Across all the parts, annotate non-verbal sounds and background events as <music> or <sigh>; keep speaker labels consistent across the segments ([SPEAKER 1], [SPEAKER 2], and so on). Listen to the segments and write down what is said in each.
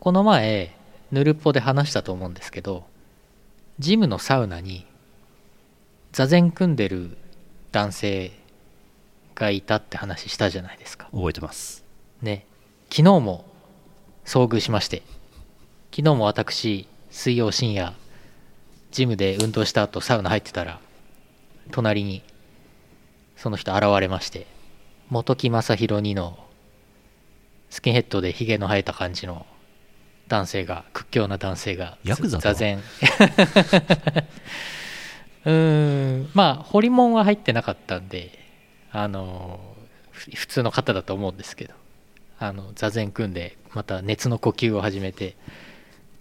[SPEAKER 1] この前ヌルポで話したと思うんですけどジムのサウナに座禅組んでる男性がいたって話したじゃないですか
[SPEAKER 2] 覚えてます
[SPEAKER 1] ね昨日も遭遇しまして昨日も私水曜深夜ジムで運動した後サウナ入ってたら隣にその人現れまして本木正宏2のスキンヘッドでヒゲの生えた感じの男性が屈強な男性が
[SPEAKER 2] ヤクザと
[SPEAKER 1] 座禅 <laughs> うーんまあホリモンは入ってなかったんであのふ普通の方だと思うんですけどあの座禅組んでまた熱の呼吸を始めて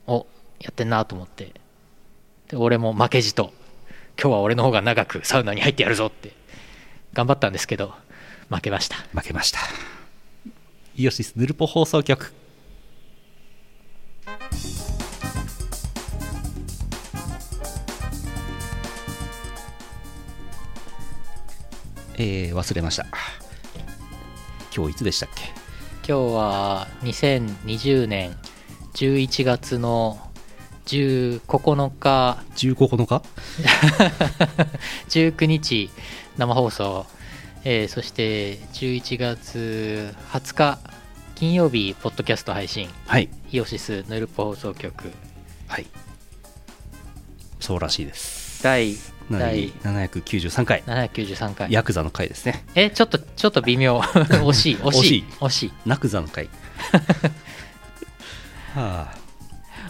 [SPEAKER 1] おやってんなと思ってで俺も負けじと今日は俺の方が長くサウナに入ってやるぞって頑張ったんですけど負けました
[SPEAKER 2] 負けましたイオシスヌルポ放送局えー、忘れました今日いつでしたっけ
[SPEAKER 1] 今日は2020年11月の19日
[SPEAKER 2] 19日
[SPEAKER 1] 19日生放送、えーそして11月20日金曜日ポッドキャスト配信
[SPEAKER 2] はい
[SPEAKER 1] イオシスヌルポ放送局
[SPEAKER 2] はいそうらしいです
[SPEAKER 1] 第
[SPEAKER 2] 第
[SPEAKER 1] 第
[SPEAKER 2] 793回
[SPEAKER 1] 793回
[SPEAKER 2] ヤクザの回ですね
[SPEAKER 1] えちょっとちょっと微
[SPEAKER 2] <laughs>
[SPEAKER 1] 妙惜しい惜しい惜しい
[SPEAKER 2] ナクザの <laughs> 回は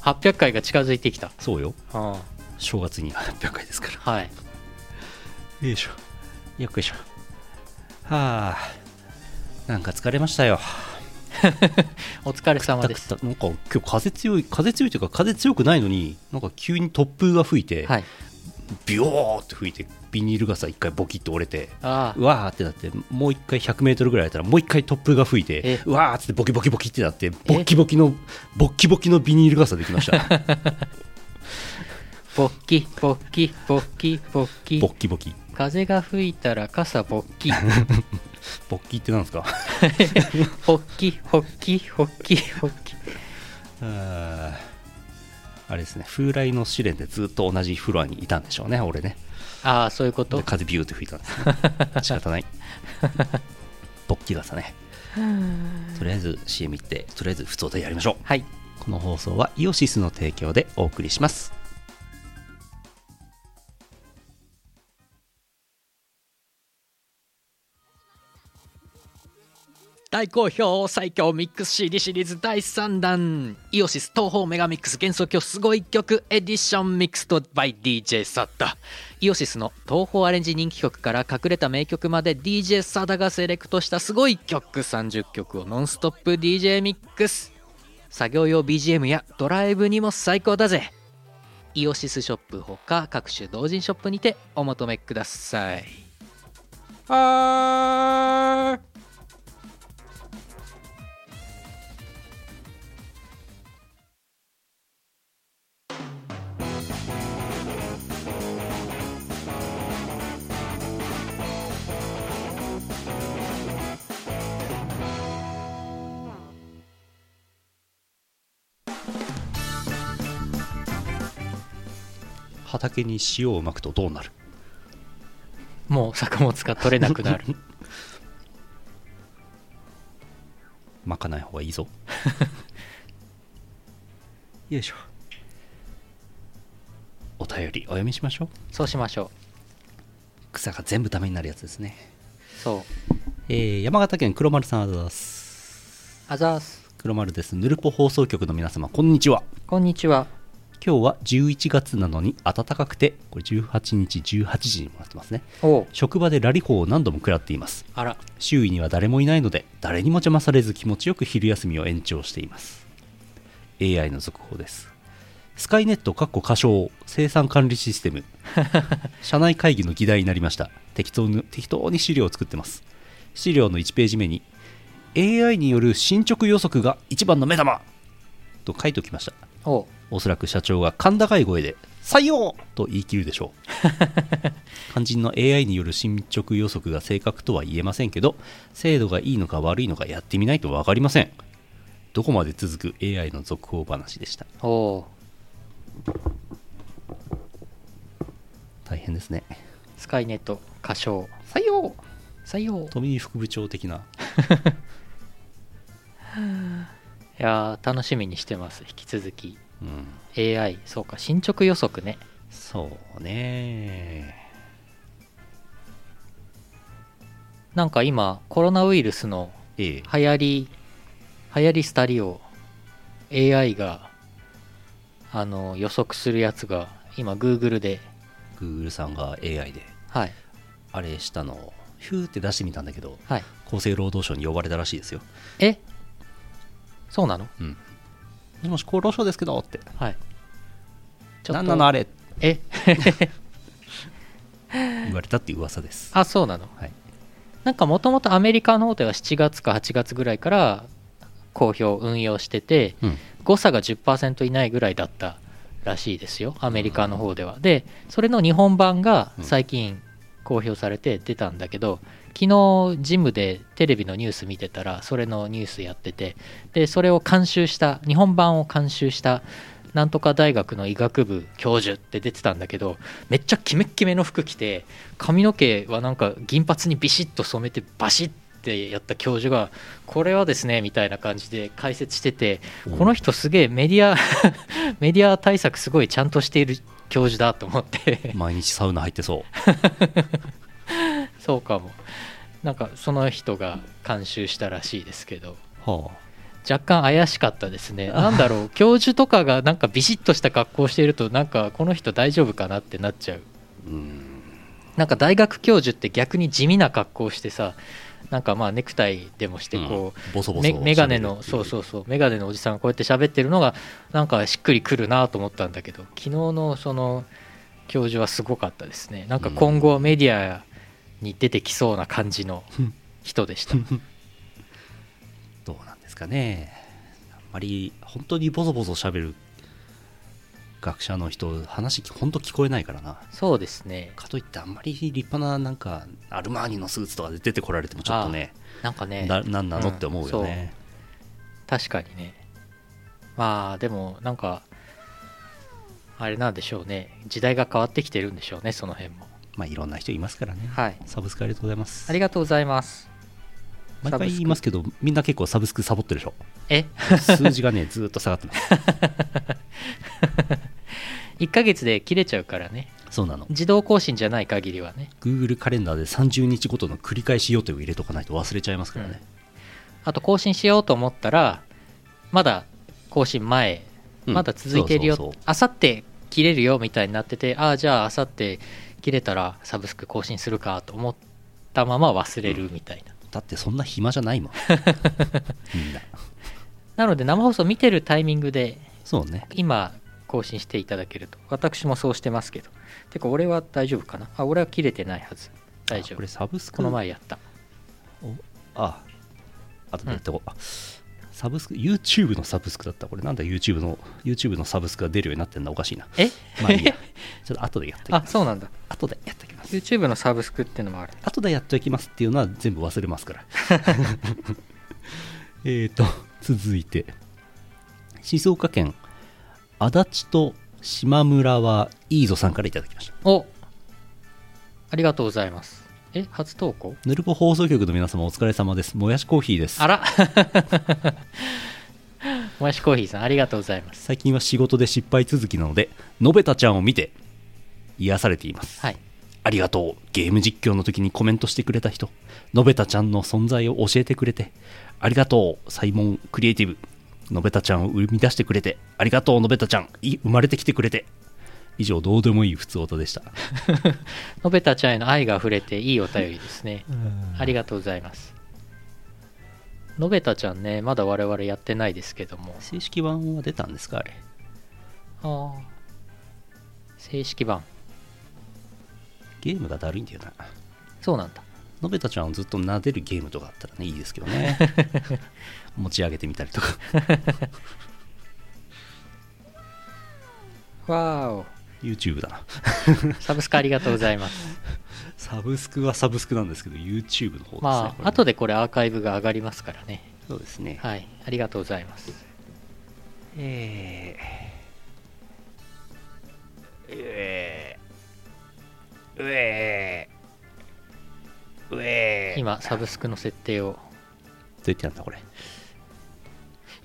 [SPEAKER 2] あ
[SPEAKER 1] 800回が近づいてきた、
[SPEAKER 2] そうよ
[SPEAKER 1] うん
[SPEAKER 2] 正月に800回ですから
[SPEAKER 1] はい
[SPEAKER 2] よいしょよくいしょはあなんか疲れましたよ
[SPEAKER 1] お疲れ様
[SPEAKER 2] た
[SPEAKER 1] で
[SPEAKER 2] く
[SPEAKER 1] す
[SPEAKER 2] たなんか今日風強い風強いというか風強くないのになんか急に突風が吹いて、
[SPEAKER 1] はい
[SPEAKER 2] ビョーって吹いてビニール傘一回ボキッと折れて
[SPEAKER 1] あ
[SPEAKER 2] うわーってなってもう一回1 0 0ルぐらいやったらもう一回突風が吹いて
[SPEAKER 1] え
[SPEAKER 2] うわーってボキボキボキってなってボッキボキのボッキボキのビニール傘できました
[SPEAKER 1] ボッキボッキボッキボッキ
[SPEAKER 2] ボッキボキ
[SPEAKER 1] 風が吹いたら傘ボッキ
[SPEAKER 2] ボッキってなんですか
[SPEAKER 1] ホッキホッキホッキホッキ
[SPEAKER 2] あーあれですね風来の試練でずっと同じフロアにいたんでしょうね俺ね
[SPEAKER 1] ああそういうこと
[SPEAKER 2] で風ビューって吹いたんですね <laughs> 仕方ないボッキ傘ねとりあえず CM 行ってとりあえず普通でやりましょう
[SPEAKER 1] はい
[SPEAKER 2] この放送はイオシスの提供でお送りします
[SPEAKER 1] 大好評最強ミックス CD シリーズ第3弾イオシス東方メガミックス幻想郷すごい曲エディションミックスと by DJ サダイオシスの東方アレンジ人気曲から隠れた名曲まで DJ サダがセレクトしたすごい曲30曲をノンストップ DJ ミックス作業用 BGM やドライブにも最高だぜイオシスショップほか各種同人ショップにてお求めくださいはー
[SPEAKER 2] 畑に塩をまくとどうなる
[SPEAKER 1] もう作物が取れなく <laughs> なる
[SPEAKER 2] まかない方がいいぞ <laughs> よいしょお便りお読みしましょう
[SPEAKER 1] そうしましょ
[SPEAKER 2] 草が全部ダメになるやつですね、
[SPEAKER 1] うそう
[SPEAKER 2] えー山形県黒丸さんあざます
[SPEAKER 1] あざーす
[SPEAKER 2] 黒丸ですヌルポ放送局の皆様こんにちは
[SPEAKER 1] こんにちは
[SPEAKER 2] 今日は11月なのに暖かくてこれ18日18時にもなってますね
[SPEAKER 1] おう
[SPEAKER 2] 職場でラリホを何度も食らっています
[SPEAKER 1] あら
[SPEAKER 2] 周囲には誰もいないので誰にも邪魔されず気持ちよく昼休みを延長しています AI の続報ですスカイネット括弧仮称生産管理システム社内会議の議題になりました適当に適当に資料を作ってます資料の1ページ目に AI による進捗予測が一番の目玉と書いておきました
[SPEAKER 1] おう
[SPEAKER 2] おそらく社長が甲高い声で「採用!」と言い切るでしょう <laughs> 肝心の AI による進捗予測が正確とは言えませんけど精度がいいのか悪いのかやってみないと分かりませんどこまで続く AI の続報話でした
[SPEAKER 1] おお
[SPEAKER 2] 大変ですね
[SPEAKER 1] ースカイネット歌唱
[SPEAKER 2] 採用
[SPEAKER 1] 採用い
[SPEAKER 2] 富井副部長的な
[SPEAKER 1] やー楽しみにしてます引き続き
[SPEAKER 2] うん
[SPEAKER 1] AI そうか進捗予測ね
[SPEAKER 2] そうね
[SPEAKER 1] なんか今コロナウイルスの
[SPEAKER 2] ええ
[SPEAKER 1] 流行り流行りスタリオ AI があの予測するやつが今 Google で
[SPEAKER 2] Google さんが AI で
[SPEAKER 1] はい
[SPEAKER 2] あれしたのをヒューって出してみたんだけど
[SPEAKER 1] はい
[SPEAKER 2] 厚生労働省に呼ばれたらしいですよ
[SPEAKER 1] えそうなの
[SPEAKER 2] うんもしもし厚労省ですけどって
[SPEAKER 1] はいちょっと
[SPEAKER 2] 何なのあれ
[SPEAKER 1] え
[SPEAKER 2] 言われたっていう噂です
[SPEAKER 1] あそうなの
[SPEAKER 2] はい
[SPEAKER 1] なんかもともとアメリカの方では7月か8月ぐらいから公表運用してて
[SPEAKER 2] うん
[SPEAKER 1] 誤差が10%以内ぐらいだったらしいですよアメリカの方では、でそれの日本版が最近公表されて出たんだけど、昨日ジムでテレビのニュース見てたらそれのニュースやっててでそれを監修した日本版を監修したなんとか大学の医学部教授って出てたんだけどめっちゃキメッキメの服着て髪の毛はなんか銀髪にビシッと染めてバシッってやった教授がこれはですねみたいな感じで解説しててこの人すげえメディア <laughs> メディア対策すごいちゃんとしている教授だと思って
[SPEAKER 2] <laughs> 毎日サウナ入ってそう
[SPEAKER 1] そうかもなんかその人が監修したらしいですけど
[SPEAKER 2] はあ
[SPEAKER 1] 若干怪しかったですねなんだろう教授とかがなんかビシッとした格好しているとなんかこの人大丈夫かなってなっちゃう
[SPEAKER 2] うん
[SPEAKER 1] なんか大学教授って逆に地味な格好してさなんかまあネクタイでもしてこう、
[SPEAKER 2] うんボソボソ
[SPEAKER 1] めメガネの
[SPEAKER 2] 喋るってい
[SPEAKER 1] そうそうそうメガネのおじさんがこうやって喋ってるのがなんかしっくりくるなと思ったんだけど昨日のその教授はすごかったですねなんか今後メディアに出てきそうな感じの
[SPEAKER 2] うん
[SPEAKER 1] 人でした、
[SPEAKER 2] どうなんですかねあんまり本当にボソボソ喋る学者の人話本当聞こえないからな
[SPEAKER 1] そうですね
[SPEAKER 2] かといってあんまり立派ななんかアルマーニのスーツとかで出てこられてもちょっとね
[SPEAKER 1] なんかね
[SPEAKER 2] ななんなのって思うよね、
[SPEAKER 1] 確かにねまあでもなんかあれなんでしょうね時代が変わってきてるんでしょうねその辺も
[SPEAKER 2] まあいろんな人いますからね、
[SPEAKER 1] はい
[SPEAKER 2] サブスクありがとうございます
[SPEAKER 1] ありがとうございます
[SPEAKER 2] 毎回言いますけどみんな結構サブスクサボってる
[SPEAKER 1] <laughs>
[SPEAKER 2] でしょ
[SPEAKER 1] え
[SPEAKER 2] 数字がねずーっと下がってます
[SPEAKER 1] 1ヶ月で切れちゃうからね
[SPEAKER 2] そうなの
[SPEAKER 1] 自動更新じゃない限りはね
[SPEAKER 2] Google カレンダーで30日ごとの繰り返し予定を入れとかないと忘れちゃいますからね、
[SPEAKER 1] あと更新しようと思ったらまだ更新前
[SPEAKER 2] うん
[SPEAKER 1] まだ続いてる
[SPEAKER 2] そうそ
[SPEAKER 1] よ
[SPEAKER 2] うそう
[SPEAKER 1] あさって切れるよみたいになっててああじゃああさって切れたらサブスク更新するかと思ったまま忘れるみたいな、
[SPEAKER 2] だってそんな暇じ
[SPEAKER 1] <laughs>
[SPEAKER 2] ゃないもんみんな
[SPEAKER 1] なので生放送見てるタイミングで
[SPEAKER 2] そうね
[SPEAKER 1] 今更新していただけると私もそうしてますけどてか俺は大丈夫かなあ俺は切れてないはず大丈
[SPEAKER 2] あ
[SPEAKER 1] 夫
[SPEAKER 2] これサブスク
[SPEAKER 1] この前やった
[SPEAKER 2] おああとでやってこう、サブスク YouTube のサブスクだったこれなんだ YouTube の YouTube のサブスクが出るようになってんのおかしいな
[SPEAKER 1] え
[SPEAKER 2] まあい
[SPEAKER 1] <laughs>
[SPEAKER 2] いやちょっと後でやってきま
[SPEAKER 1] あ
[SPEAKER 2] す
[SPEAKER 1] そうなんだ
[SPEAKER 2] 後でやってきます
[SPEAKER 1] YouTube のサブスクってのもある
[SPEAKER 2] 後でやっておきますっていうのは全部忘れますから
[SPEAKER 1] <laughs>
[SPEAKER 2] えーと続いて静岡県足立と島村はいいぞさんからいただきました
[SPEAKER 1] おありがとうございますえ初投稿
[SPEAKER 2] ぬるぽ放送局の皆様お疲れ様ですもやしコーヒーです
[SPEAKER 1] あら <laughs> もやしコーヒーさんありがとうございます
[SPEAKER 2] 最近は仕事で失敗続きなのでのべたちゃんを見て癒されています
[SPEAKER 1] はい
[SPEAKER 2] ありがとうゲーム実況の時にコメントしてくれた人のべたちゃんの存在を教えてくれてありがとうサイモンクリエイティブのべたちゃんを生み出してくれてありがとうのべたちゃんい生まれてきてくれて以上どうでもいい普通音でした
[SPEAKER 1] のべたちゃんへの愛が溢れていいお便りですねありがとうございますのべたちゃんねまだ我々やってないですけども
[SPEAKER 2] 正式版は出たんですかあれ
[SPEAKER 1] ああ正式版
[SPEAKER 2] ゲームがだるいんだよな
[SPEAKER 1] そうなんだ
[SPEAKER 2] のべたちゃんをずっと撫でるゲームとかあったらねいいですけ
[SPEAKER 1] <laughs>
[SPEAKER 2] どね持ち上げてみたりとか
[SPEAKER 1] わ
[SPEAKER 2] YouTube だな
[SPEAKER 1] ーおサブスクありがとうございます
[SPEAKER 2] <laughs> サブスクはサブスクなんですけど YouTube の方ですね
[SPEAKER 1] ま
[SPEAKER 2] これ
[SPEAKER 1] あ後でこれアーカイブが上がりますからね
[SPEAKER 2] そうですね、
[SPEAKER 1] はいありがとうございます
[SPEAKER 2] えー、えー、うえー、うえー、
[SPEAKER 1] 今サブスクの設定を
[SPEAKER 2] どうやってやんだこれこ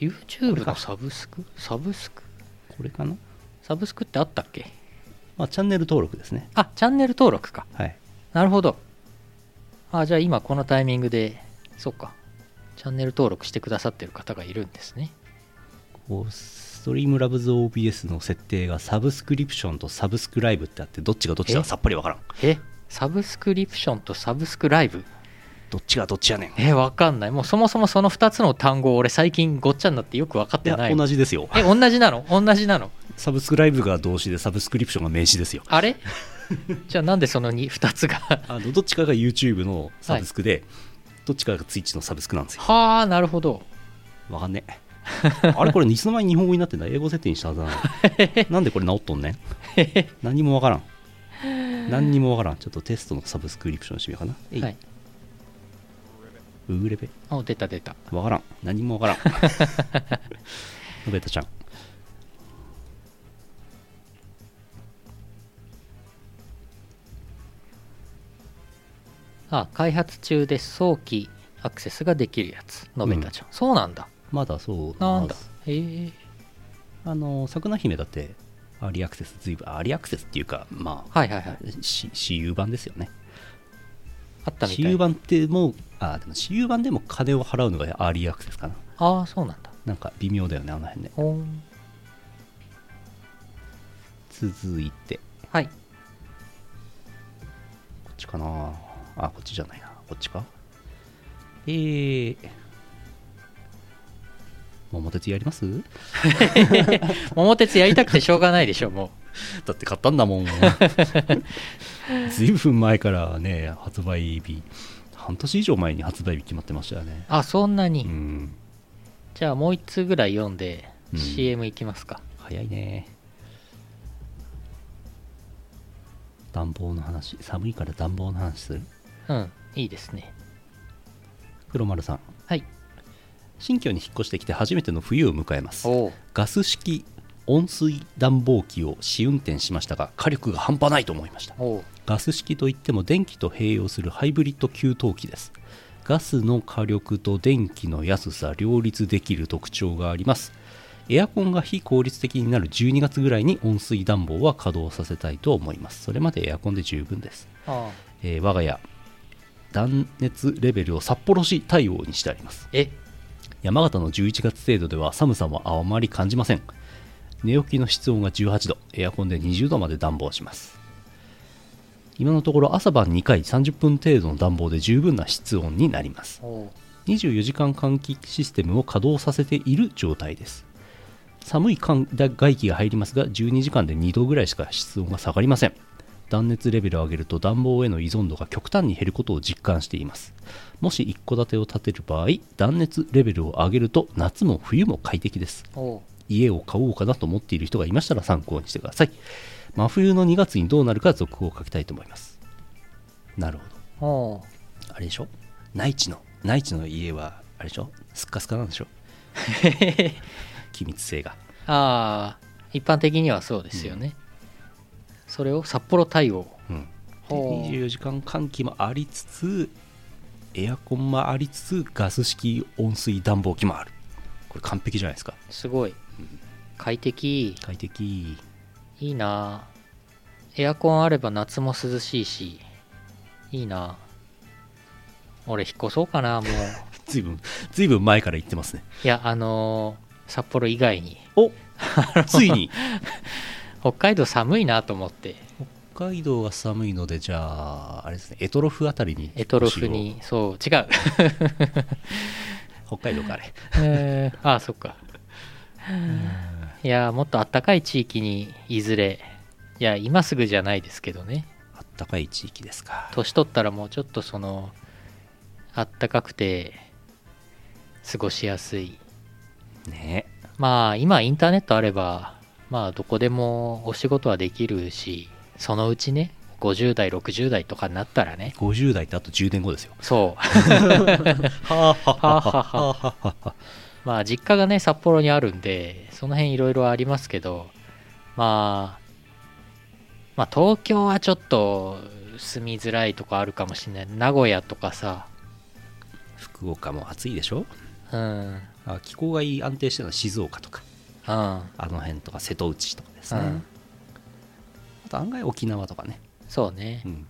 [SPEAKER 2] れ
[SPEAKER 1] YouTube
[SPEAKER 2] か
[SPEAKER 1] のサブスクサブスク
[SPEAKER 2] これかな
[SPEAKER 1] サブスクってあったっけ
[SPEAKER 2] まあチャンネル登録ですね
[SPEAKER 1] あチャンネル登録か
[SPEAKER 2] はい
[SPEAKER 1] なるほどあじゃあ今このタイミングでそうかチャンネル登録してくださってる方がいるんですね
[SPEAKER 2] こうストリームラブズ OBS の設定がサブスクリプションとサブスクライブってあってどっちがどっちだか
[SPEAKER 1] え
[SPEAKER 2] さっぱりわからん
[SPEAKER 1] えサブスクリプションとサブスクライブ
[SPEAKER 2] どっちがどっちやねんい
[SPEAKER 1] えわかんないもうそもそもその2つの単語俺最近ごっちゃになってよく分かって
[SPEAKER 2] や
[SPEAKER 1] ない
[SPEAKER 2] 同じですよ
[SPEAKER 1] え同じなの同じなの
[SPEAKER 2] サブスクライブが動詞でサブスクリプションが名詞ですよ
[SPEAKER 1] あ <laughs> れじゃあなんでその 2, 2つが
[SPEAKER 2] あのどっちかが YouTube のサブスクで、どっちかが Twitch のサブスクなんですよ
[SPEAKER 1] はあなるほど
[SPEAKER 2] わかんねえ <laughs> あれこれいつの間に日本語になってんだ英語設定にしたはずなの
[SPEAKER 1] <laughs>
[SPEAKER 2] になんでこれ直っとんねん何にもわからん何にもわからんちょっとテストのサブスクリプションしてみようかなえい、
[SPEAKER 1] はい
[SPEAKER 2] ウーレベ
[SPEAKER 1] お出た出た
[SPEAKER 2] わからん何もわからん
[SPEAKER 1] <laughs>
[SPEAKER 2] のべたちゃん
[SPEAKER 1] あ開発中で早期アクセスができるやつのべたちゃん、そうなんだ
[SPEAKER 2] まだそう
[SPEAKER 1] なんだ
[SPEAKER 2] ま
[SPEAKER 1] へえ
[SPEAKER 2] あの桜姫だってアーリーアクセスずいぶんアーリーアクセスっていうかまあ
[SPEAKER 1] はいはいはい
[SPEAKER 2] し私有版ですよね
[SPEAKER 1] あったみ
[SPEAKER 2] 私
[SPEAKER 1] た
[SPEAKER 2] 有
[SPEAKER 1] い
[SPEAKER 2] 版ってもうあでも私有版でも金を払うのがアーリーアクセスかな
[SPEAKER 1] ああそうなんだ
[SPEAKER 2] なんか微妙だよねあの辺ね
[SPEAKER 1] ほん
[SPEAKER 2] 続いて
[SPEAKER 1] はい
[SPEAKER 2] こっちかなあこっちじゃないなこっちかえー桃鉄やります
[SPEAKER 1] 桃鉄やりたくてしょうがないでしょも
[SPEAKER 2] だって買ったんだもん <laughs> ずいぶん前からね発売日半年以上前に発売日決まってましたよね
[SPEAKER 1] うあそんなに、
[SPEAKER 2] うん
[SPEAKER 1] じゃあもう1通ぐらい読んで
[SPEAKER 2] うん
[SPEAKER 1] CM いきますか、
[SPEAKER 2] 早いね暖房の話寒いから暖房の話する
[SPEAKER 1] うん、いいですね
[SPEAKER 2] 黒丸さん
[SPEAKER 1] はい
[SPEAKER 2] 新居に引っ越してきて初めての冬を迎えます
[SPEAKER 1] おお
[SPEAKER 2] ガス式温水暖房機を試運転しましたが火力が半端ないと思いました
[SPEAKER 1] おう
[SPEAKER 2] ガス式といっても電気と併用するハイブリッド給湯器ですガスの火力と電気の安さ両立できる特徴がありますエアコンが非効率的になる12月ぐらいに温水暖房は稼働させたいと思いますそれまでエアコンで十分です、
[SPEAKER 1] ああ
[SPEAKER 2] えー我が家断熱レベルを札幌市対応にしてあります
[SPEAKER 1] え
[SPEAKER 2] 山形の11月程度では寒さもあまり感じません寝起きの室温が18度エアコンで20度まで暖房します今のところ朝晩2回30分程度の暖房で十分な室温になります
[SPEAKER 1] おう
[SPEAKER 2] 24時間換気システムを稼働させている状態です寒い寒外気が入りますが12時間で2度ぐらいしか室温が下がりません断熱レベルを上げると暖房への依存度が極端に減ることを実感していますもし一戸建てを建てる場合断熱レベルを上げると夏も冬も快適です
[SPEAKER 1] おう
[SPEAKER 2] 家を買おうかなと思っている人がいましたら参考にしてください真冬の2月にどうなるか続報を書きたいと思いますなるほど
[SPEAKER 1] おう <laughs>
[SPEAKER 2] あれでしょ内地の内地の家はあれでしょすっかすかなんでしょ機密性が
[SPEAKER 1] ああ一般的にはそうですよね、それを札幌対応
[SPEAKER 2] うんで
[SPEAKER 1] ほう
[SPEAKER 2] 24時間換気もありつつエアコンもありつつガス式温水暖房機もあるこれ完璧じゃないですか
[SPEAKER 1] すごい快適
[SPEAKER 2] 快適
[SPEAKER 1] いいなエアコンあれば夏も涼しいしいいな俺引っ越そうかなもう
[SPEAKER 2] ずいぶんずいぶん前から言ってますね
[SPEAKER 1] いやあのー札幌以外に
[SPEAKER 2] お <laughs> ついに
[SPEAKER 1] 北海道寒いなと思って
[SPEAKER 2] 北海道が寒いのでじゃああれですねエトロフあたりに
[SPEAKER 1] エトロフにそう違う、
[SPEAKER 2] 北海道かあれ
[SPEAKER 1] え <laughs> ーああそっかいやもっと暖かい地域にいずれいや今すぐじゃないですけどね
[SPEAKER 2] あったかい地域ですか
[SPEAKER 1] 年取ったらもうちょっとそのあったかくて過ごしやすい
[SPEAKER 2] ね
[SPEAKER 1] まあ今インターネットあればまあどこでもお仕事はできるしそのうちね50代60代とかになったらね
[SPEAKER 2] 50代ってあと10年後ですよ。
[SPEAKER 1] そう
[SPEAKER 2] はあはあはあ
[SPEAKER 1] はあ
[SPEAKER 2] はあはあはあ
[SPEAKER 1] <laughs> まあ実家がね札幌にあるんでその辺いろいろありますけど、まあ、まあ東京はちょっと住みづらいとこあるかもしれない名古屋とかさ
[SPEAKER 2] <laughs> 福岡も暑いでしょ
[SPEAKER 1] うんうん
[SPEAKER 2] あ気候がいい安定してるのは静岡とか
[SPEAKER 1] うん
[SPEAKER 2] あの辺とか瀬戸内とかですね、あと案外沖縄とかね、
[SPEAKER 1] そうね
[SPEAKER 2] う、ん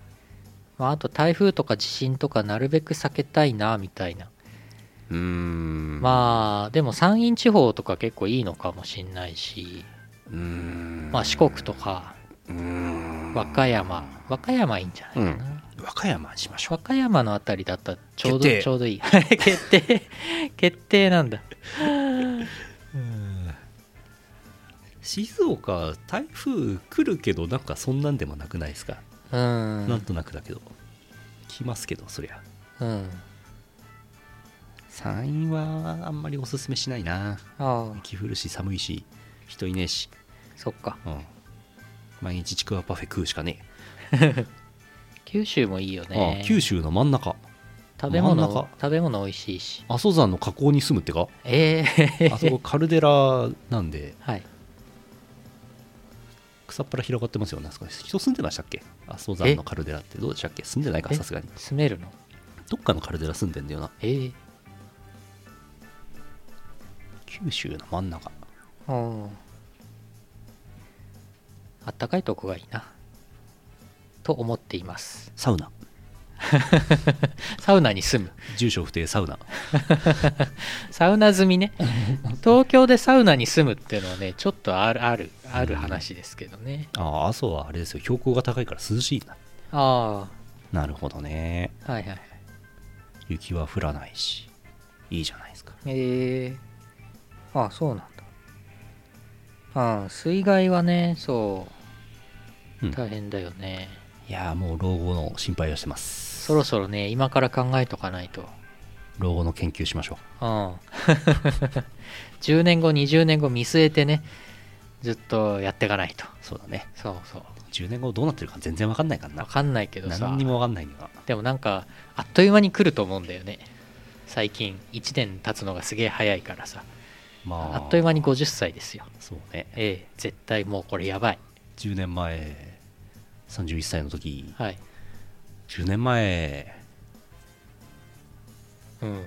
[SPEAKER 1] まあ、あと台風とか地震とかなるべく避けたいなみたいな
[SPEAKER 2] うーん
[SPEAKER 1] まあでも山陰地方とか結構いいのかもしんないし、
[SPEAKER 2] うーん
[SPEAKER 1] まあ、四国とか
[SPEAKER 2] うーん
[SPEAKER 1] 和歌山和歌山いいんじゃないかな、
[SPEAKER 2] 和歌山にしましょ
[SPEAKER 1] 和歌山のあたりだったらちょうど
[SPEAKER 2] 決定
[SPEAKER 1] ちょうどいい <laughs> 決定決定なんだ
[SPEAKER 2] う静岡台風来るけどなんかそんなんでもなくないですか、
[SPEAKER 1] う
[SPEAKER 2] なん
[SPEAKER 1] ん、
[SPEAKER 2] となくだけど来ますけどそりゃ
[SPEAKER 1] うん、
[SPEAKER 2] 山陰はあんまりおすすめしないな
[SPEAKER 1] ああ
[SPEAKER 2] 雪降るし寒いし人いねえし、
[SPEAKER 1] そっか
[SPEAKER 2] うん、毎日ちくわパフェ食うしかね
[SPEAKER 1] 九州もいいよ
[SPEAKER 2] え、
[SPEAKER 1] ね
[SPEAKER 2] ああ九州の真ん中
[SPEAKER 1] 食べ
[SPEAKER 2] 真ん中
[SPEAKER 1] 物食べ物美味しいし
[SPEAKER 2] 阿蘇山の河口に住むってか
[SPEAKER 1] ええ
[SPEAKER 2] あそこカルデラなんで
[SPEAKER 1] <laughs> はい
[SPEAKER 2] 草っぱら広がってますよねあそこ人住んでましたっけ阿蘇山のカルデラってどうでしたっけ住んでないか
[SPEAKER 1] え
[SPEAKER 2] さすがに
[SPEAKER 1] 住めるの
[SPEAKER 2] どっかのカルデラ住んでんだよな
[SPEAKER 1] ええ
[SPEAKER 2] 九州の真ん中
[SPEAKER 1] うんあったかいとこがいいなと思っています
[SPEAKER 2] サウナ
[SPEAKER 1] サウナに住む
[SPEAKER 2] 住所不定サウナ
[SPEAKER 1] サウナ済 <laughs> みね東京でサウナに住むっていうのはねちょっとあるあるある話ですけどね、
[SPEAKER 2] ああ阿蘇はあれですよ標高が高いから涼しいんだ
[SPEAKER 1] あ
[SPEAKER 2] なるほどね
[SPEAKER 1] あはいはい
[SPEAKER 2] 雪は降らないしいいじゃないですか
[SPEAKER 1] ええああそうなんだああ水害はねそう
[SPEAKER 2] うん
[SPEAKER 1] 大変だよね、
[SPEAKER 2] いやーもう老後の心配をしてます
[SPEAKER 1] そろそろね今から考えとかないと
[SPEAKER 2] 老後の研究しましょ
[SPEAKER 1] うん <laughs> 10年後20年後見据えてねずっとやっていかないと
[SPEAKER 2] うそうだね
[SPEAKER 1] そうそう
[SPEAKER 2] 10年後どうなってるか全然わかんないか
[SPEAKER 1] わ
[SPEAKER 2] らな
[SPEAKER 1] かんないけどさ
[SPEAKER 2] 何にもわかんないんだよな
[SPEAKER 1] でもなんかあっという間に来ると思うんだよね最近1年経つのがすげえ早いからさ
[SPEAKER 2] まあ
[SPEAKER 1] あっという間に50歳ですよ
[SPEAKER 2] そうね
[SPEAKER 1] ええ絶対もうこれやばい
[SPEAKER 2] 10年前31歳の時
[SPEAKER 1] はい
[SPEAKER 2] 10年前
[SPEAKER 1] うん、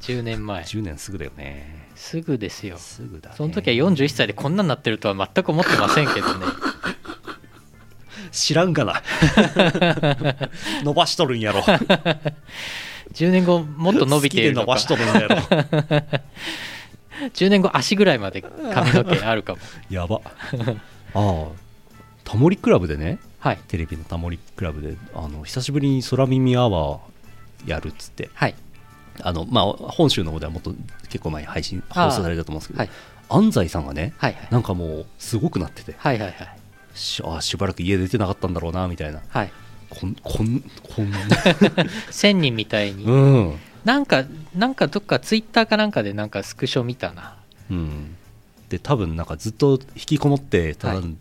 [SPEAKER 1] 10年前
[SPEAKER 2] 10年すぐだよね
[SPEAKER 1] すぐですよ
[SPEAKER 2] すぐだね
[SPEAKER 1] その時は41歳でこんなんなってるとは全く思ってませんけどね
[SPEAKER 2] 知らん
[SPEAKER 1] <laughs>
[SPEAKER 2] がな伸ばしとるんやろ
[SPEAKER 1] 10年後もっと伸びているのか
[SPEAKER 2] 好きで伸ばしとるん
[SPEAKER 1] <laughs>
[SPEAKER 2] やろ
[SPEAKER 1] 10年後足ぐらいまで髪の毛あるかも
[SPEAKER 2] やばああタモリクラブでね
[SPEAKER 1] はい
[SPEAKER 2] テレビのタモリクラブであの久しぶりに空耳アワーやるっつって
[SPEAKER 1] はい
[SPEAKER 2] あのまあ本州の方ではもっと結構前に配信
[SPEAKER 1] ああ
[SPEAKER 2] 放送されたと思うんですけど、
[SPEAKER 1] はい
[SPEAKER 2] 安西さんがね
[SPEAKER 1] はいはい
[SPEAKER 2] なんかもうすごくなってて
[SPEAKER 1] はいはいはい
[SPEAKER 2] しああしばらく家出てなかったんだろうなみたいな
[SPEAKER 1] はい
[SPEAKER 2] こんこんこん <laughs> な
[SPEAKER 1] 1000人みたいに
[SPEAKER 2] うん、
[SPEAKER 1] なんかなんかどっかツイッターかなんかでなんかスクショ見たな
[SPEAKER 2] うん、で多分なんかずっと引きこもってた
[SPEAKER 1] は
[SPEAKER 2] ん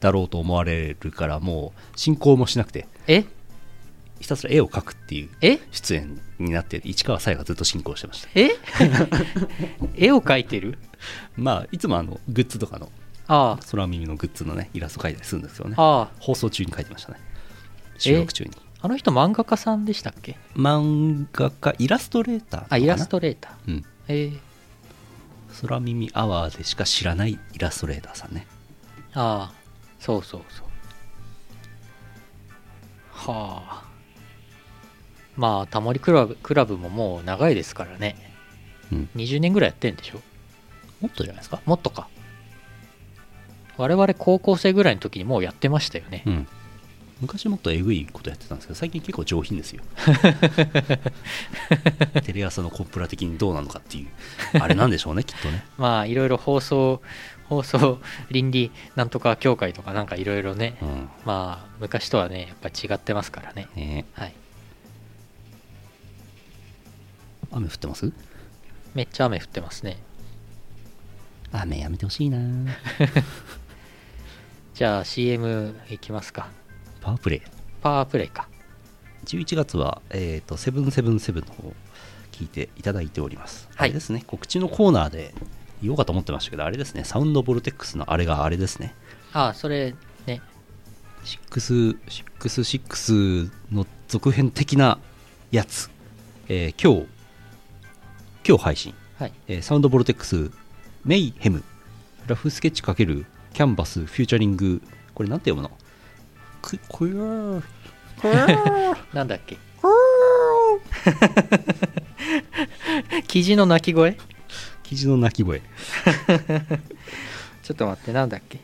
[SPEAKER 2] だろうと思われるから、もう進行もしなくて
[SPEAKER 1] え
[SPEAKER 2] ひたすら絵を描くっていう
[SPEAKER 1] え
[SPEAKER 2] 出演になって市川さやがずっと進行してました
[SPEAKER 1] え <laughs> 絵を描いてる
[SPEAKER 2] まあいつもあのグッズとかの
[SPEAKER 1] あ
[SPEAKER 2] 空耳のグッズのねイラスト描いたりするんですよね
[SPEAKER 1] あああ
[SPEAKER 2] 放送中に描いてましたね収録中に
[SPEAKER 1] あの人漫画家さんでしたっけ
[SPEAKER 2] 漫画家イラストレーターかな
[SPEAKER 1] あイラストレーター
[SPEAKER 2] うん
[SPEAKER 1] ええ
[SPEAKER 2] 空耳アワーでしか知らないイラストレーターさんね
[SPEAKER 1] ああそうそうそうはあまあタモリクラブクラブももう長いですからね
[SPEAKER 2] うん
[SPEAKER 1] 20年ぐらいやってんでしょ
[SPEAKER 2] もっとじゃないですか
[SPEAKER 1] もっとか我々高校生ぐらいの時にもうやってましたよね
[SPEAKER 2] うん昔もっとえぐいことやってたんですけど最近結構上品です
[SPEAKER 1] <laughs>
[SPEAKER 2] よテレ朝のコンプラ的にどうなのかっていうあれなんでしょうねきっとね
[SPEAKER 1] まあいろいろ放送 <laughs> 放送倫理なんとか協会とかなんかいろいろね
[SPEAKER 2] うん
[SPEAKER 1] まあ昔とはねやっぱ違ってますからね
[SPEAKER 2] ね
[SPEAKER 1] はい
[SPEAKER 2] え雨降ってます
[SPEAKER 1] めっちゃ雨降ってますね
[SPEAKER 2] 雨やめてほしいな
[SPEAKER 1] じゃあ CM いきますか
[SPEAKER 2] パワープレイ
[SPEAKER 1] パワープレイか
[SPEAKER 2] 11月は、えー、と777の方聞いていただいております、
[SPEAKER 1] はい
[SPEAKER 2] あれですね告知のコーナーで言おうかと思ってましたけどあれですねサウンドボルテックスのあれがあれですね
[SPEAKER 1] あそれね
[SPEAKER 2] 666の続編的なやつ、えー今日今日配信、
[SPEAKER 1] はい
[SPEAKER 2] えーサウンドボルテックスメイヘムラフスケッチ×キャンバスフューチャリングこれなんて読むのくこや <laughs> ー
[SPEAKER 1] なんだっけ <laughs> キジの鳴き声
[SPEAKER 2] 記事の鳴き声
[SPEAKER 1] ちょっと待ってなんだっけ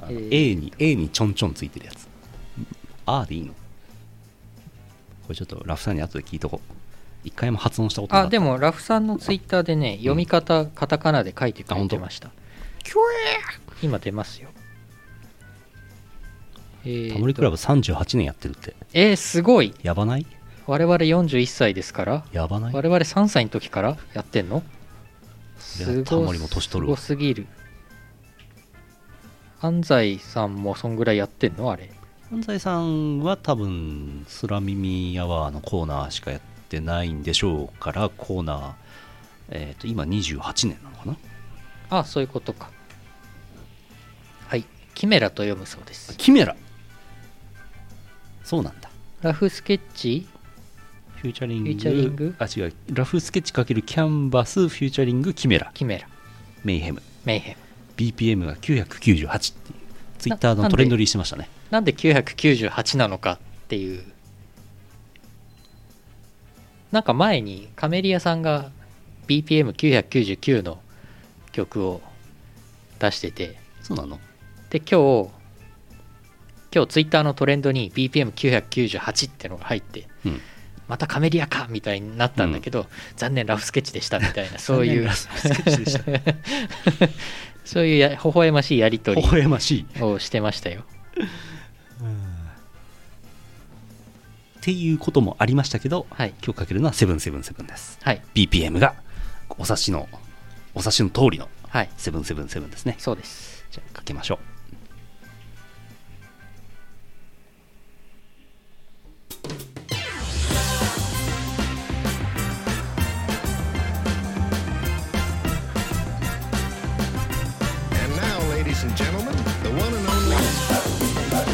[SPEAKER 2] あの
[SPEAKER 1] えー
[SPEAKER 2] A に A にちょんちょんついてるやつ R でいいのこれちょっとラフさんに後で聞いとこう一回も発音したことなか
[SPEAKER 1] あ
[SPEAKER 2] っ
[SPEAKER 1] で
[SPEAKER 2] た
[SPEAKER 1] もラフさんのツイッターでね読み方、カタカナで書いてくれてました今出ますよえー
[SPEAKER 2] タモリクラブ38年やってるって
[SPEAKER 1] えーすごい
[SPEAKER 2] やばない
[SPEAKER 1] 我々41歳ですから
[SPEAKER 2] やばない
[SPEAKER 1] 我々3歳の時からやってんの
[SPEAKER 2] いや
[SPEAKER 1] す
[SPEAKER 2] タ
[SPEAKER 1] ご
[SPEAKER 2] モ
[SPEAKER 1] い
[SPEAKER 2] リも年
[SPEAKER 1] す
[SPEAKER 2] 取る
[SPEAKER 1] ご
[SPEAKER 2] わ
[SPEAKER 1] すぎる安西さんもそんぐらいやってんのあれ
[SPEAKER 2] 安西さんは多分スラ耳アワーのコーナーしかやってないんでしょうからコーナーえっ、と今28年なのかな
[SPEAKER 1] あそういうことかはいキメラと読むそうです
[SPEAKER 2] キメラそうなんだ
[SPEAKER 1] ラフスケッチ
[SPEAKER 2] フューチャリング
[SPEAKER 1] フューチャリング
[SPEAKER 2] あ違うラフスケッチ×キャンバスフューチャリングキメラ
[SPEAKER 1] キメラ
[SPEAKER 2] メイヘム
[SPEAKER 1] メイヘム
[SPEAKER 2] BPM が998っていうツイッター
[SPEAKER 1] なん
[SPEAKER 2] の
[SPEAKER 1] で
[SPEAKER 2] トレンド入りしてましたね
[SPEAKER 1] なんで998なのかっていうなんか前にカメリアさんが BPM999 の曲を出してて
[SPEAKER 2] そうなの
[SPEAKER 1] で今日今日ツイッターのトレンドに BPM998 ってのが入って
[SPEAKER 2] うん
[SPEAKER 1] またカメリアかみたいになったんだけど、残念ラフスケッチでしたみたいなそうい
[SPEAKER 2] 残念
[SPEAKER 1] う
[SPEAKER 2] ラフスケッチでし
[SPEAKER 1] <laughs> そういうや微笑ましいやり取
[SPEAKER 2] 微
[SPEAKER 1] り
[SPEAKER 2] 笑ましいっ
[SPEAKER 1] をしてましたよ
[SPEAKER 2] ていうこともありましたけど、
[SPEAKER 1] はい
[SPEAKER 2] 今日かけるのは777です
[SPEAKER 1] はい
[SPEAKER 2] BPM がお察しのお察しの通りの
[SPEAKER 1] はい
[SPEAKER 2] 777ですね
[SPEAKER 1] そうです
[SPEAKER 2] じゃあかけましょう
[SPEAKER 3] And now, ladies and gentlemen, the one and only.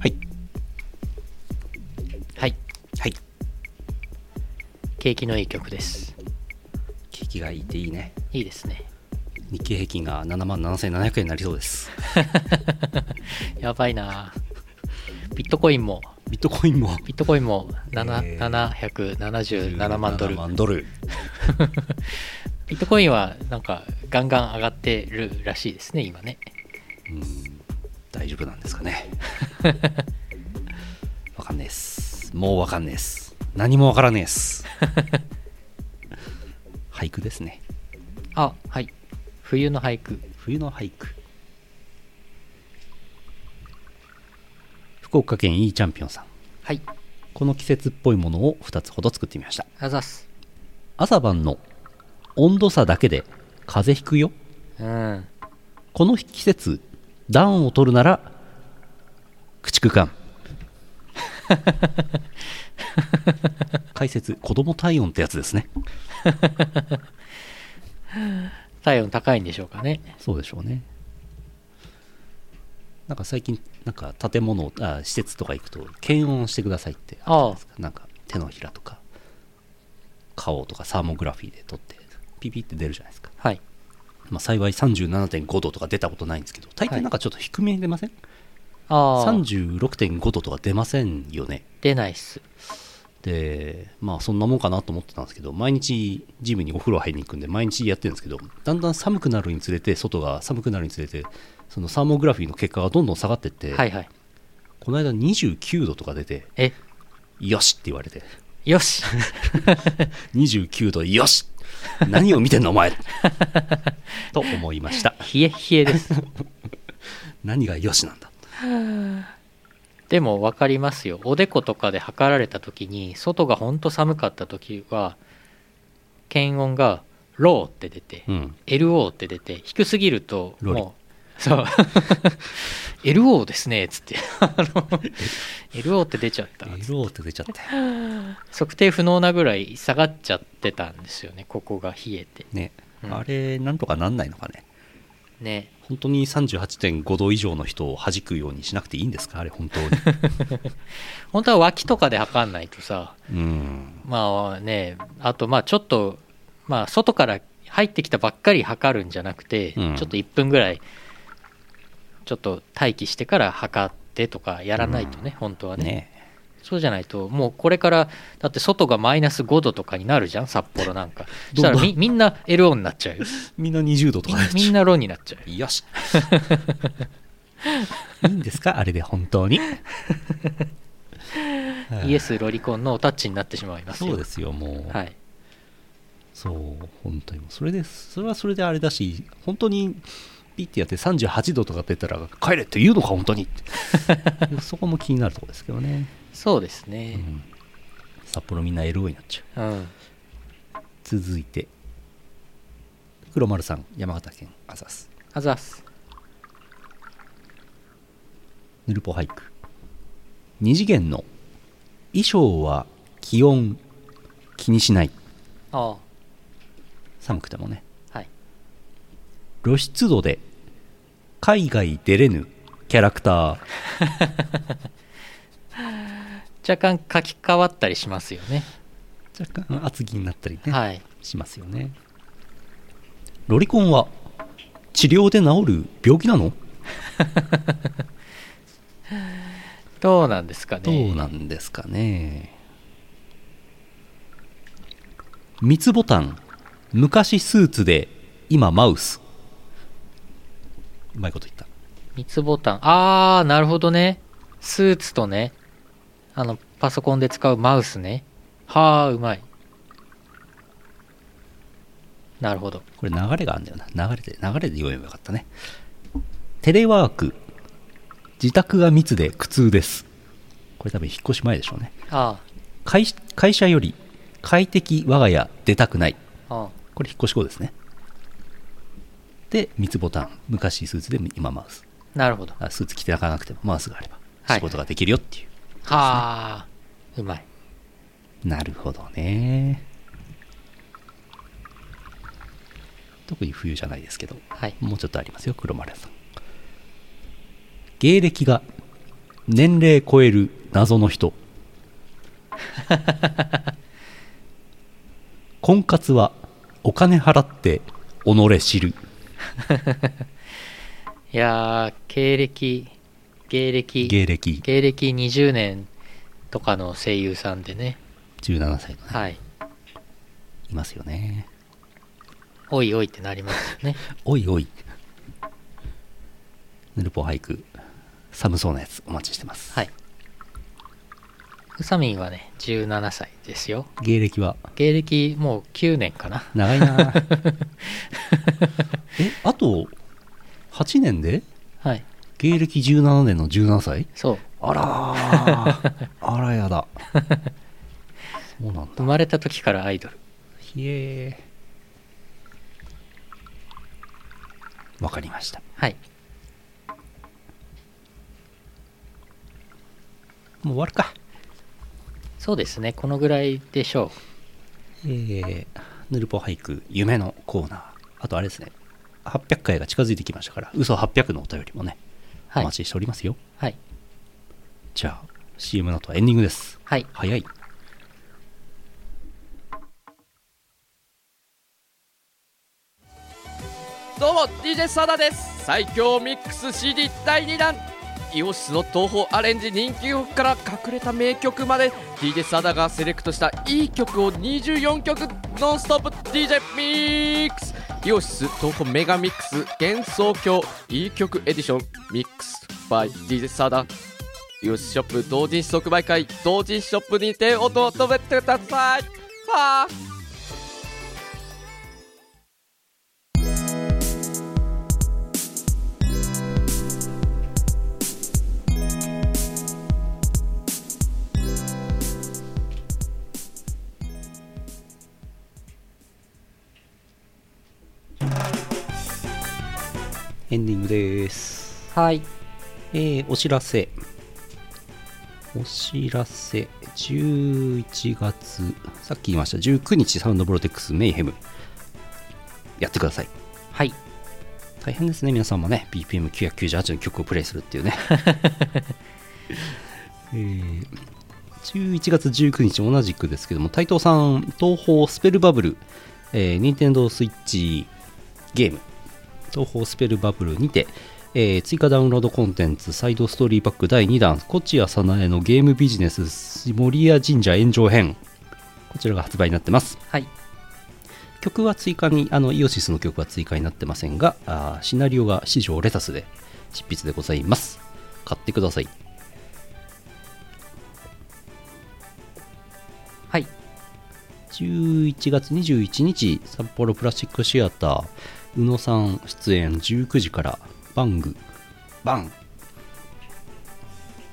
[SPEAKER 2] はい
[SPEAKER 1] はい
[SPEAKER 2] はい
[SPEAKER 1] 景気のいい曲です
[SPEAKER 2] 景気がいいっていいね
[SPEAKER 1] いいですね
[SPEAKER 2] 日経平均が7万7700円になりそうです
[SPEAKER 1] やばいなビットコインも
[SPEAKER 2] ビットコインも
[SPEAKER 1] ビットコインも
[SPEAKER 2] え
[SPEAKER 1] 7 777万ドル
[SPEAKER 2] 7万ドル
[SPEAKER 1] ビットコインはなんかガンガン上がってるらしいですね今ね
[SPEAKER 2] 大丈夫なんですかね <laughs> わかんないですもうわかんないです何もわからないです <laughs> 俳句ですね
[SPEAKER 1] あはい冬の俳句
[SPEAKER 2] 冬の俳句福岡県いいチャンピオンさん
[SPEAKER 1] はい
[SPEAKER 2] この季節っぽいものを2つほど作ってみました
[SPEAKER 1] あざっす
[SPEAKER 2] 朝晩の温度差だけで風邪ひくよ
[SPEAKER 1] うん
[SPEAKER 2] この季節暖を取るなら駆逐艦 <laughs> 解説子供体温ってやつですね
[SPEAKER 1] 体温高いんでしょうかね
[SPEAKER 2] そうでしょうねなんか最近なんか建物あ施設とか行くと検温してくださいってあるじゃないですかなんか手のひらとか顔とかサーモグラフィーで撮ってピピって出るじゃないですか、
[SPEAKER 1] はい
[SPEAKER 2] まあ、幸い37.5度とか出たことないんですけど大抵なんかちょっと低めに出ません、
[SPEAKER 1] ああ
[SPEAKER 2] 36.5度とか出ませんよね
[SPEAKER 1] 出ないっす
[SPEAKER 2] でまあそんなもんかなと思ってたんですけど毎日ジムにお風呂入りに行くんで毎日やってるんですけどだんだん寒くなるにつれて外が寒くなるにつれてそのサーモグラフィーの結果がどんどん下がってって、
[SPEAKER 1] はいはい
[SPEAKER 2] この間29度とか出て
[SPEAKER 1] え
[SPEAKER 2] よしって言われて
[SPEAKER 1] よ <laughs> し
[SPEAKER 2] 29度よし何を見てんのお前 <laughs> と思いました
[SPEAKER 1] 冷え冷えです
[SPEAKER 2] 何がよしなんだ
[SPEAKER 1] でも分かりますよおでことかで測られた時に外がほんと寒かった時は検温がローって出て、
[SPEAKER 2] うん
[SPEAKER 1] LO って出て低すぎると
[SPEAKER 2] ロリ
[SPEAKER 1] もうそう <laughs> LO ですねっつ
[SPEAKER 2] <laughs>
[SPEAKER 1] ってあの LO って出ちゃった
[SPEAKER 2] 色って出ちゃって
[SPEAKER 1] 測定不能なぐらい下がっちゃってたんですよねここが冷えて
[SPEAKER 2] ね、
[SPEAKER 1] うん
[SPEAKER 2] あれなんとかなんないのかね
[SPEAKER 1] ね
[SPEAKER 2] 本当に38.5度以上の人を弾くようにしなくていいんですかあれ本当に
[SPEAKER 1] 本当は脇とかで測んないとさ
[SPEAKER 2] <laughs> うん
[SPEAKER 1] まあねあとまあちょっとまあ外から入ってきたばっかり測るんじゃなくて、
[SPEAKER 2] うん
[SPEAKER 1] ちょっと1分ぐらいちょっと待機してから測ってとかやらないとね、本当はね
[SPEAKER 2] ね
[SPEAKER 1] そうじゃないと、もうこれから、だって外がマイナス5度とかになるじゃん、札幌なんか。そしたらみみんな LO になっちゃうよ。
[SPEAKER 2] みんな20度と
[SPEAKER 1] み
[SPEAKER 2] か
[SPEAKER 1] みんなロになっちゃうよ。
[SPEAKER 2] よ <laughs> しいいんですかあれで本当 <laughs> に
[SPEAKER 1] イエスロリコンのおタッチになってしまいますよ。
[SPEAKER 2] そうですよもう、
[SPEAKER 1] はい。
[SPEAKER 2] そう本当にもうそれでそれはそれであれだし本当にピッてやって38度とか出たら帰れって言うのか本当にってそこも気になるところですけどね、
[SPEAKER 1] そうです
[SPEAKER 2] う
[SPEAKER 1] ね。
[SPEAKER 2] ん札幌みんな LO になっちゃう
[SPEAKER 1] うん。
[SPEAKER 2] 続いて黒丸さん山形県アザス
[SPEAKER 1] あざっす。
[SPEAKER 2] ヌルポ俳句二次元の衣装は気温気にしない
[SPEAKER 1] あ
[SPEAKER 2] 寒くてもね
[SPEAKER 1] あ。はい。
[SPEAKER 2] 露出度で海外出れぬキャラクター
[SPEAKER 1] 若干書き換わったりしますよね。
[SPEAKER 2] 若干厚着になったりね、
[SPEAKER 1] はい。
[SPEAKER 2] しますよねロリコンは治療で治る病気なの
[SPEAKER 1] どうなんですかね。
[SPEAKER 2] どうなんですかね。三つボタン、昔スーツで、今マウス。うまいこと言った。
[SPEAKER 1] 三つボタン。ああ、なるほどね。スーツとね、あの、パソコンで使うマウスね。はあ、うまい。なるほど。
[SPEAKER 2] これ流れがあるんだよな。流れで、流れで読めばよかったね。テレワーク、自宅が密で苦痛です。これ多分引っ越し前でしょうね。
[SPEAKER 1] あ
[SPEAKER 2] 会会社より快適我が家出たくない。
[SPEAKER 1] あ、ああ。
[SPEAKER 2] これ引っ越し後ですね。で、三つボタン、昔スーツで今マウス。
[SPEAKER 1] なるほど。は
[SPEAKER 2] あスーツ着ていかなくてもマウスがあれば
[SPEAKER 1] はい
[SPEAKER 2] 仕事ができるよっていう、
[SPEAKER 1] あ、うまい。
[SPEAKER 2] なるほどね特に冬じゃないですけど
[SPEAKER 1] はい。
[SPEAKER 2] もうちょっとありますよ黒丸さん芸歴が年齢超える謎
[SPEAKER 1] <laughs>
[SPEAKER 2] の人婚活はお金払って己知る
[SPEAKER 1] いやー、経歴、芸歴、
[SPEAKER 2] 芸歴
[SPEAKER 1] 芸歴20年とかの声優さんでね
[SPEAKER 2] 17歳のね
[SPEAKER 1] はい
[SPEAKER 2] いますよね
[SPEAKER 1] おいおいってなりますよね
[SPEAKER 2] おいおいヌルポ俳句寒そうなやつお待ちしてます、
[SPEAKER 1] はい宇佐美はね17歳ですよ
[SPEAKER 2] 芸歴は
[SPEAKER 1] 芸歴もう9年かな
[SPEAKER 2] 長
[SPEAKER 1] <laughs>
[SPEAKER 2] いなえあと8年で
[SPEAKER 1] はい
[SPEAKER 2] 芸歴17年の17歳
[SPEAKER 1] そう
[SPEAKER 2] あらー <laughs> あらやだそうなん
[SPEAKER 1] 生
[SPEAKER 2] だ
[SPEAKER 1] まれた時からアイドル
[SPEAKER 2] ひえわかりました
[SPEAKER 1] はい
[SPEAKER 2] もう終わるか
[SPEAKER 1] そうですねこのぐらいでしょ
[SPEAKER 2] えー、ヌルポ俳句夢のコーナーあとあれですね800回が近づいてきましたから嘘800のお便りもね、
[SPEAKER 1] うはい
[SPEAKER 2] お待ちしておりますよ
[SPEAKER 1] はい
[SPEAKER 2] じゃあ CM の後はエンディングです
[SPEAKER 1] はい
[SPEAKER 2] 早い
[SPEAKER 4] どうも DJ サダです最強ミックス CD 第2弾イオシスの東宝アレンジ人気曲から隠れた名曲まで DJ サダがセレクトしたいい曲を24曲ノンストップ DJ ミックスイオシス東宝メガミックス幻想郷いい曲エディションミックス by DJ サダイオシスショップ同人誌即売会同人誌ショップにてお求めてくださいはあ
[SPEAKER 2] エンディングです
[SPEAKER 1] はい
[SPEAKER 2] えーお知らせ。お知らせ。11月、さっき言いました、19日、サウンドボルテックス、メイヘム。やってください。
[SPEAKER 1] はい
[SPEAKER 2] 大変ですね、皆さんもね、BPM998 の曲をプレイするっていうね。 <laughs> えー11月19日、同じくですけども、斉藤さん、東宝スペルバブル、えー、任天堂スイッチゲーム、東宝スペルバブルにて、えー追加ダウンロードコンテンツ、サイドストーリーパック第2弾、コチアサナエのゲームビジネス、森屋神社炎上編、こちらが発売になってます。
[SPEAKER 1] はい
[SPEAKER 2] 曲は追加にあのイオシスの曲は追加になってませんがあーシナリオが四条レタスで執筆でございます買ってください
[SPEAKER 1] はい
[SPEAKER 2] 11月21日札幌プラスチックシアター宇野さん出演19時からバングバン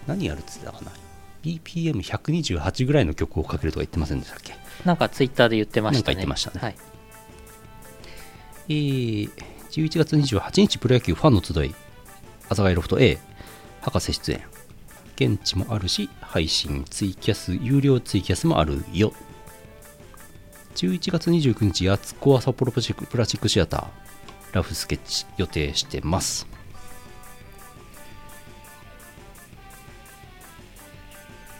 [SPEAKER 2] 何やるっつってたかな BPM128 ぐらいの曲をかけるとか言ってませんでしたっけ
[SPEAKER 1] なんかツイッターで言ってましたね
[SPEAKER 2] なんか言ってましたね
[SPEAKER 1] はい
[SPEAKER 2] えー11月28日プロ野球ファンの集い阿佐ヶ谷ロフト A 博士出演現地もあるし配信ツイキャス有料ツイキャスもあるよ11月29日やつこは札幌プラスチックプラスチックシアターラフスケッチ予定してます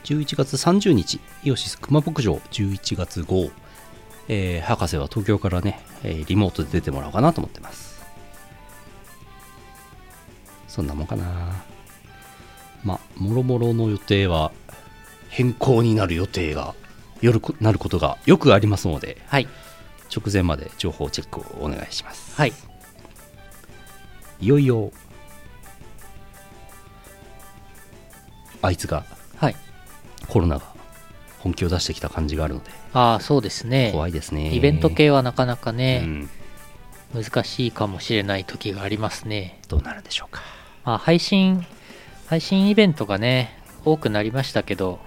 [SPEAKER 2] 11月30日イオシス熊牧場11月号えー博士は東京からね、えーリモートで出てもらおうかなと思ってますそんなもんかなまあもろもろの予定は変更になる予定がよるこなることがよくありますので
[SPEAKER 1] はい
[SPEAKER 2] 直前まで情報チェックをお願いします
[SPEAKER 1] はい
[SPEAKER 2] いよいよあいつが
[SPEAKER 1] はい
[SPEAKER 2] コロナが本気を出してきた感じがあるので
[SPEAKER 1] ああそうですね
[SPEAKER 2] 怖いですね
[SPEAKER 1] イベント系はなかなか
[SPEAKER 2] う
[SPEAKER 1] ね、
[SPEAKER 2] ん
[SPEAKER 1] 難しいかもしれない時がありますね
[SPEAKER 2] どうなるでしょうか
[SPEAKER 1] まあ配信配信イベントがね多くなりましたけど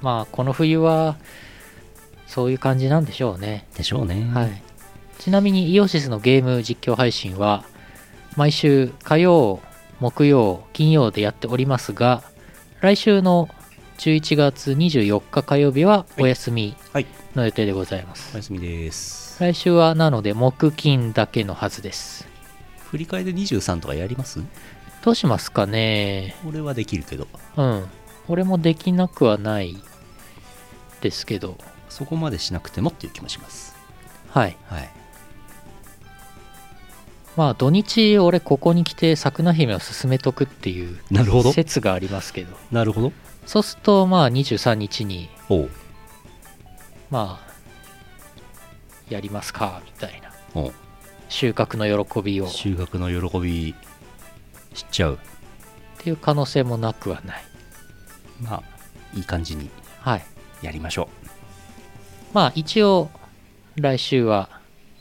[SPEAKER 1] まあこの冬はそういう感じなんでしょうね、
[SPEAKER 2] でしょうね
[SPEAKER 1] はいちなみにイオシスのゲーム実況配信は毎週火曜木曜金曜でやっておりますが来週の11月24日火曜日はお休み
[SPEAKER 2] はい
[SPEAKER 1] の予定でございます、
[SPEAKER 2] おやすみです
[SPEAKER 1] 来週はなので木金だけのはずです
[SPEAKER 2] 振り替えで23とかやります
[SPEAKER 1] どうしますかね
[SPEAKER 2] 俺はできるけど
[SPEAKER 1] うん俺もできなくはないですけど
[SPEAKER 2] そこまでしなくてもっていう気もします
[SPEAKER 1] はい
[SPEAKER 2] はい
[SPEAKER 1] まあ土日俺ここに来て桜姫を進めとくっていう
[SPEAKER 2] なるほど
[SPEAKER 1] 説がありますけど
[SPEAKER 2] なるほど
[SPEAKER 1] そうするとまあ23日に
[SPEAKER 2] おう
[SPEAKER 1] まあやりますかみたいな
[SPEAKER 2] おう
[SPEAKER 1] 収穫の喜びをっ
[SPEAKER 2] 修学の喜びしちゃう
[SPEAKER 1] ていう可能性もなくはない
[SPEAKER 2] まあいい感じに
[SPEAKER 1] はい
[SPEAKER 2] やりましょ
[SPEAKER 1] まあ一応来週は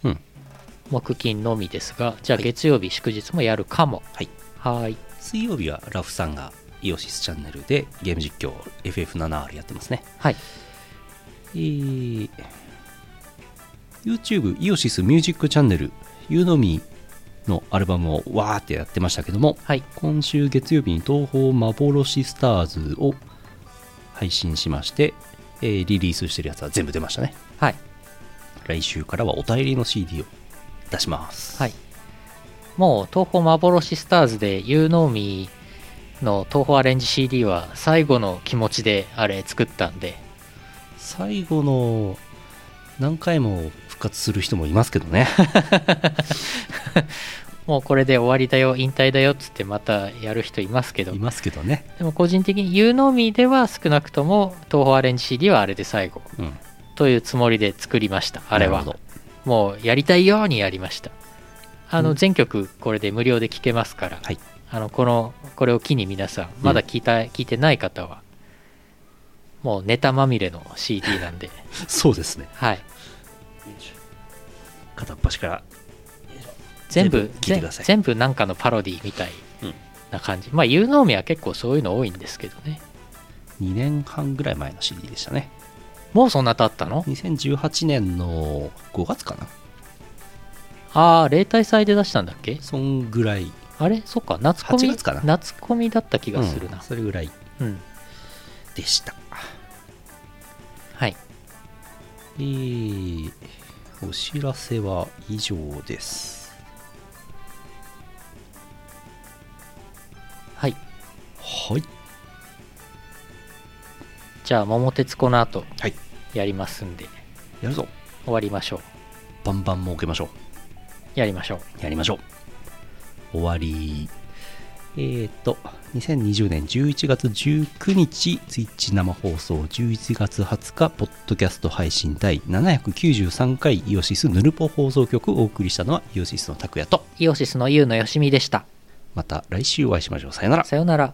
[SPEAKER 2] うん
[SPEAKER 1] 木金のみですが、じゃあ月曜日祝日もやるかも
[SPEAKER 2] はい
[SPEAKER 1] はーいう
[SPEAKER 2] 水曜日はラフさんがイオシスチャンネルでゲーム実況 FF7R やってますね
[SPEAKER 1] はい
[SPEAKER 2] えー YouTube イオシスミュージックチャンネルユーノミのアルバムをわーってやってましたけども
[SPEAKER 1] はい
[SPEAKER 2] 今週月曜日に東宝幻スターズを配信しまして、えーリリースしてるやつは全部出ましたね
[SPEAKER 1] はい
[SPEAKER 2] 来週からはお便りの CD を出します
[SPEAKER 1] はいもう東宝幻スターズでユーノーミーの東宝アレンジ CD は最後の気持ちであれ作ったんで
[SPEAKER 2] 最後の何回も復活する人もいますけどね
[SPEAKER 1] もうこれで終わりだよ引退だよっつってまたやる <laughs> 人いますけど
[SPEAKER 2] いますけどね
[SPEAKER 1] でも個人的にユーノーミーでは少なくとも東宝アレンジ CD はあれで最後
[SPEAKER 2] うん
[SPEAKER 1] というつもりで作りましたあれ
[SPEAKER 2] な
[SPEAKER 1] は
[SPEAKER 2] るほど
[SPEAKER 1] もうやりたいようにやりましたあ
[SPEAKER 2] う
[SPEAKER 1] の
[SPEAKER 2] ん
[SPEAKER 1] 全曲これで無料で聴けますから、
[SPEAKER 2] はい
[SPEAKER 1] あのこのこれを機に皆さんまだ聞いた、聞いてない方はもうネタまみれの CD なん
[SPEAKER 2] <laughs>
[SPEAKER 1] で
[SPEAKER 2] そうですね
[SPEAKER 1] はい
[SPEAKER 2] 片っ端から
[SPEAKER 1] 全部
[SPEAKER 2] 全部聞いてくださ
[SPEAKER 1] ぜ
[SPEAKER 2] い
[SPEAKER 1] 全部なんかのパロディみたい
[SPEAKER 2] うん
[SPEAKER 1] な感じ、まあ有能名は結構そういうの多いんですけどね
[SPEAKER 2] 2年半ぐらい前の CD でしたね
[SPEAKER 1] もうそんな経ったの
[SPEAKER 2] 2018年の5月かな
[SPEAKER 1] ああ例大祭で出したんだっけ
[SPEAKER 2] そんぐらい
[SPEAKER 1] あれそっか夏コミ
[SPEAKER 2] 8月かな
[SPEAKER 1] 夏コミだった気がする
[SPEAKER 2] うん
[SPEAKER 1] な
[SPEAKER 2] それぐらい
[SPEAKER 1] うん、
[SPEAKER 2] でした
[SPEAKER 1] はい
[SPEAKER 2] えーお知らせは以上です
[SPEAKER 1] はい
[SPEAKER 2] はい
[SPEAKER 1] じゃあ桃鉄この後
[SPEAKER 2] はい
[SPEAKER 1] やりますんで
[SPEAKER 2] やるぞ
[SPEAKER 1] 終わりましょう
[SPEAKER 2] バンバン儲けましょう
[SPEAKER 1] やりましょう
[SPEAKER 2] やりましょう。終わり。えーっと、2020年11月19日、Twitch 生放送、11月20日、ポッドキャスト配信第793回、イオシスヌルポ放送局をお送りしたのは、イオシスの拓也と、
[SPEAKER 1] イオシスのユウのよしみでした
[SPEAKER 2] また来週お会いしましょう。さよなら。
[SPEAKER 1] さようなら